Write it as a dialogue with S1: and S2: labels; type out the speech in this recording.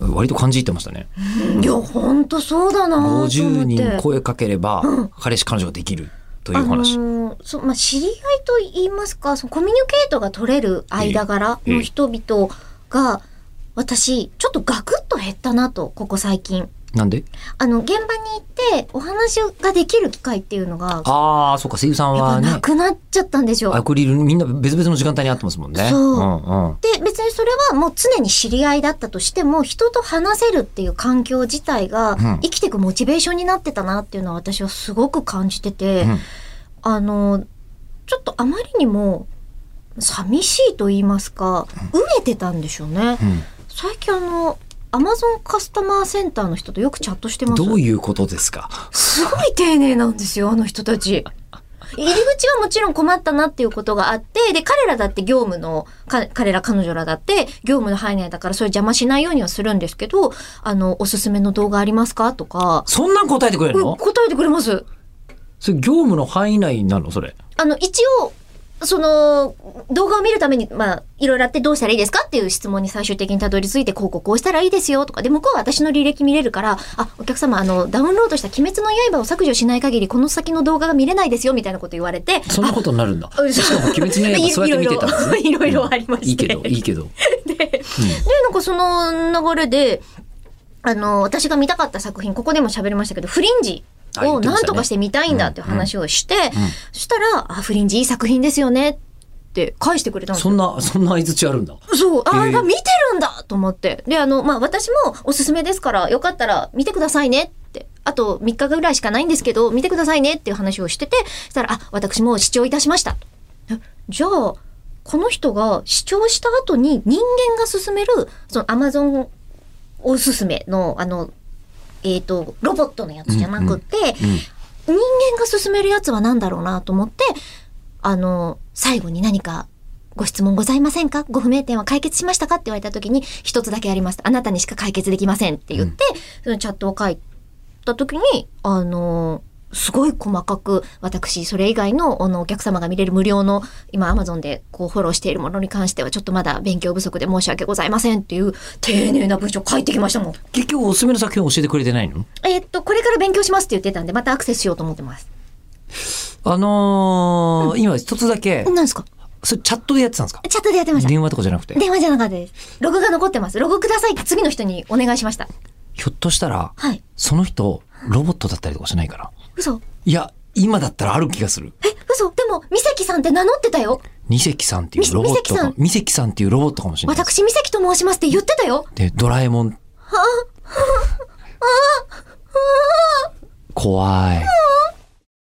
S1: 割と感じ入ってましたね。
S2: いや本当そうだなと思って
S1: 50人声かければ彼氏彼女ができるというお話
S2: あ。のーそうまあ、知り合いと言いますかそのコミュニケートが取れる間柄の人々が、私ちょっとガクッと減ったなとここ最近
S1: なんで
S2: あの現場に行ってお話ができる機会っていうのが
S1: ああ、そうか、声優さん
S2: やっぱ
S1: は
S2: な
S1: ね、
S2: くなっちゃったんですよ。
S1: アクリルみんな別々の時間帯に会ってますもんね。
S2: そうん
S1: うん。
S2: で別にそれはもう常に知り合いだったとしても人と話せるっていう環境自体が
S1: ん
S2: 生きていくモチベーションになってたなっていうのは私はすごく感じてて、
S1: ん
S2: あのちょっとあまりにも寂しいと言いますか飢えてたんでしょうね、
S1: ん
S2: 最近あのアマゾンカスタマーセンターの人とよくチャットしてます
S1: どういうことですか
S2: すごい丁寧なんですよ、あの人たち。入り口はもちろん困ったなっていうことがあって、で、彼らだって業務の、か彼ら彼女らだって業務の範囲内だからそれ邪魔しないようにはするんですけど、あの、おすすめの動画ありますかとか、
S1: そんなん答えてくれる
S2: うん
S1: の
S2: 答えてくれます。
S1: それ業務の範囲内なのそれ。
S2: あの、一応、その、動画を見るために、まあ、いろいろあってどうしたらいいですかっていう質問に最終的にたどり着いて、広告をしたらいいですよとか、で、向こうは私の履歴見れるから、あ、お客様、あの、ダウンロードした鬼滅の刃を削除しない限り、この先の動画が見れないですよ、みたいなこと言われて、
S1: そんなことになるんだ。
S2: あ
S1: しかも、鬼滅の刃、そうやって見てたんですね。
S2: いろいろいろいろありまして
S1: いいけど、いいけど。
S2: で、なんかその流れで、あの、私が見たかった作品、ここでも喋りましたけど、フリンジ
S1: あ言
S2: を
S1: ってま
S2: な
S1: した
S2: ん
S1: ね
S2: とかして見たいんだっていう話をして、
S1: うん
S2: そしたら、あ、フリンジいい作品ですよねって返してくれたんですよ
S1: そんな、そんな相槌あるんだ。
S2: そう、あ
S1: へ
S2: ー
S1: ー
S2: あ、見てるんだと思って。で、あの、まあ、私もおすすめですから、よかったら見てくださいねって。あと3日ぐらいしかないんですけど、見てくださいねっていう話をしてて、そしたら、あ、私も視聴いたしました。えじゃあ、この人が視聴した後に人間が勧める、その Amazon おすすめの、あの、えっ、と、ロボットのやつじゃなくて、人間が勧めるやつは何だろうなと思って、あの、最後に何かご質問ございませんかご不明点は解決しましたかって言われた時に、一つだけあります。あなたにしか解決できませんって言って、そのチャットを書いた時に、あの、すごい細かく、私、それ以外の、あの、お客様が見れる無料の、今、アマゾンで、こう、フォローしているものに関しては、ちょっとまだ勉強不足で申し訳ございませんっていう、丁寧な文章書いてきましたもん。
S1: 結局、おすすめの作品を教えてくれてないの
S2: えーっと、これから勉強しますって言ってたんで、またアクセスしようと思ってます。
S1: あのー、今一つだけ、
S2: 何ですか
S1: それチャットでやってたんですか
S2: チャットでやってました。
S1: 電話とかじゃなくて。
S2: 電話じゃなかったです。ログが残ってます。ログくださいって次の人にお願いしました。
S1: ひょっとしたら、
S2: はい。
S1: その人、ロボットだったりとかしないかな。
S2: 嘘
S1: いや、今だったらある気がする。
S2: え、嘘でも、ミセキさんって名乗ってたよ。
S1: 二関さんっていうロボットか
S2: み。
S1: 二関さんっていうロボットかもしれないです。
S2: 私、ミセキと申しますって言ってたよ。
S1: で、ドラえもん。怖い。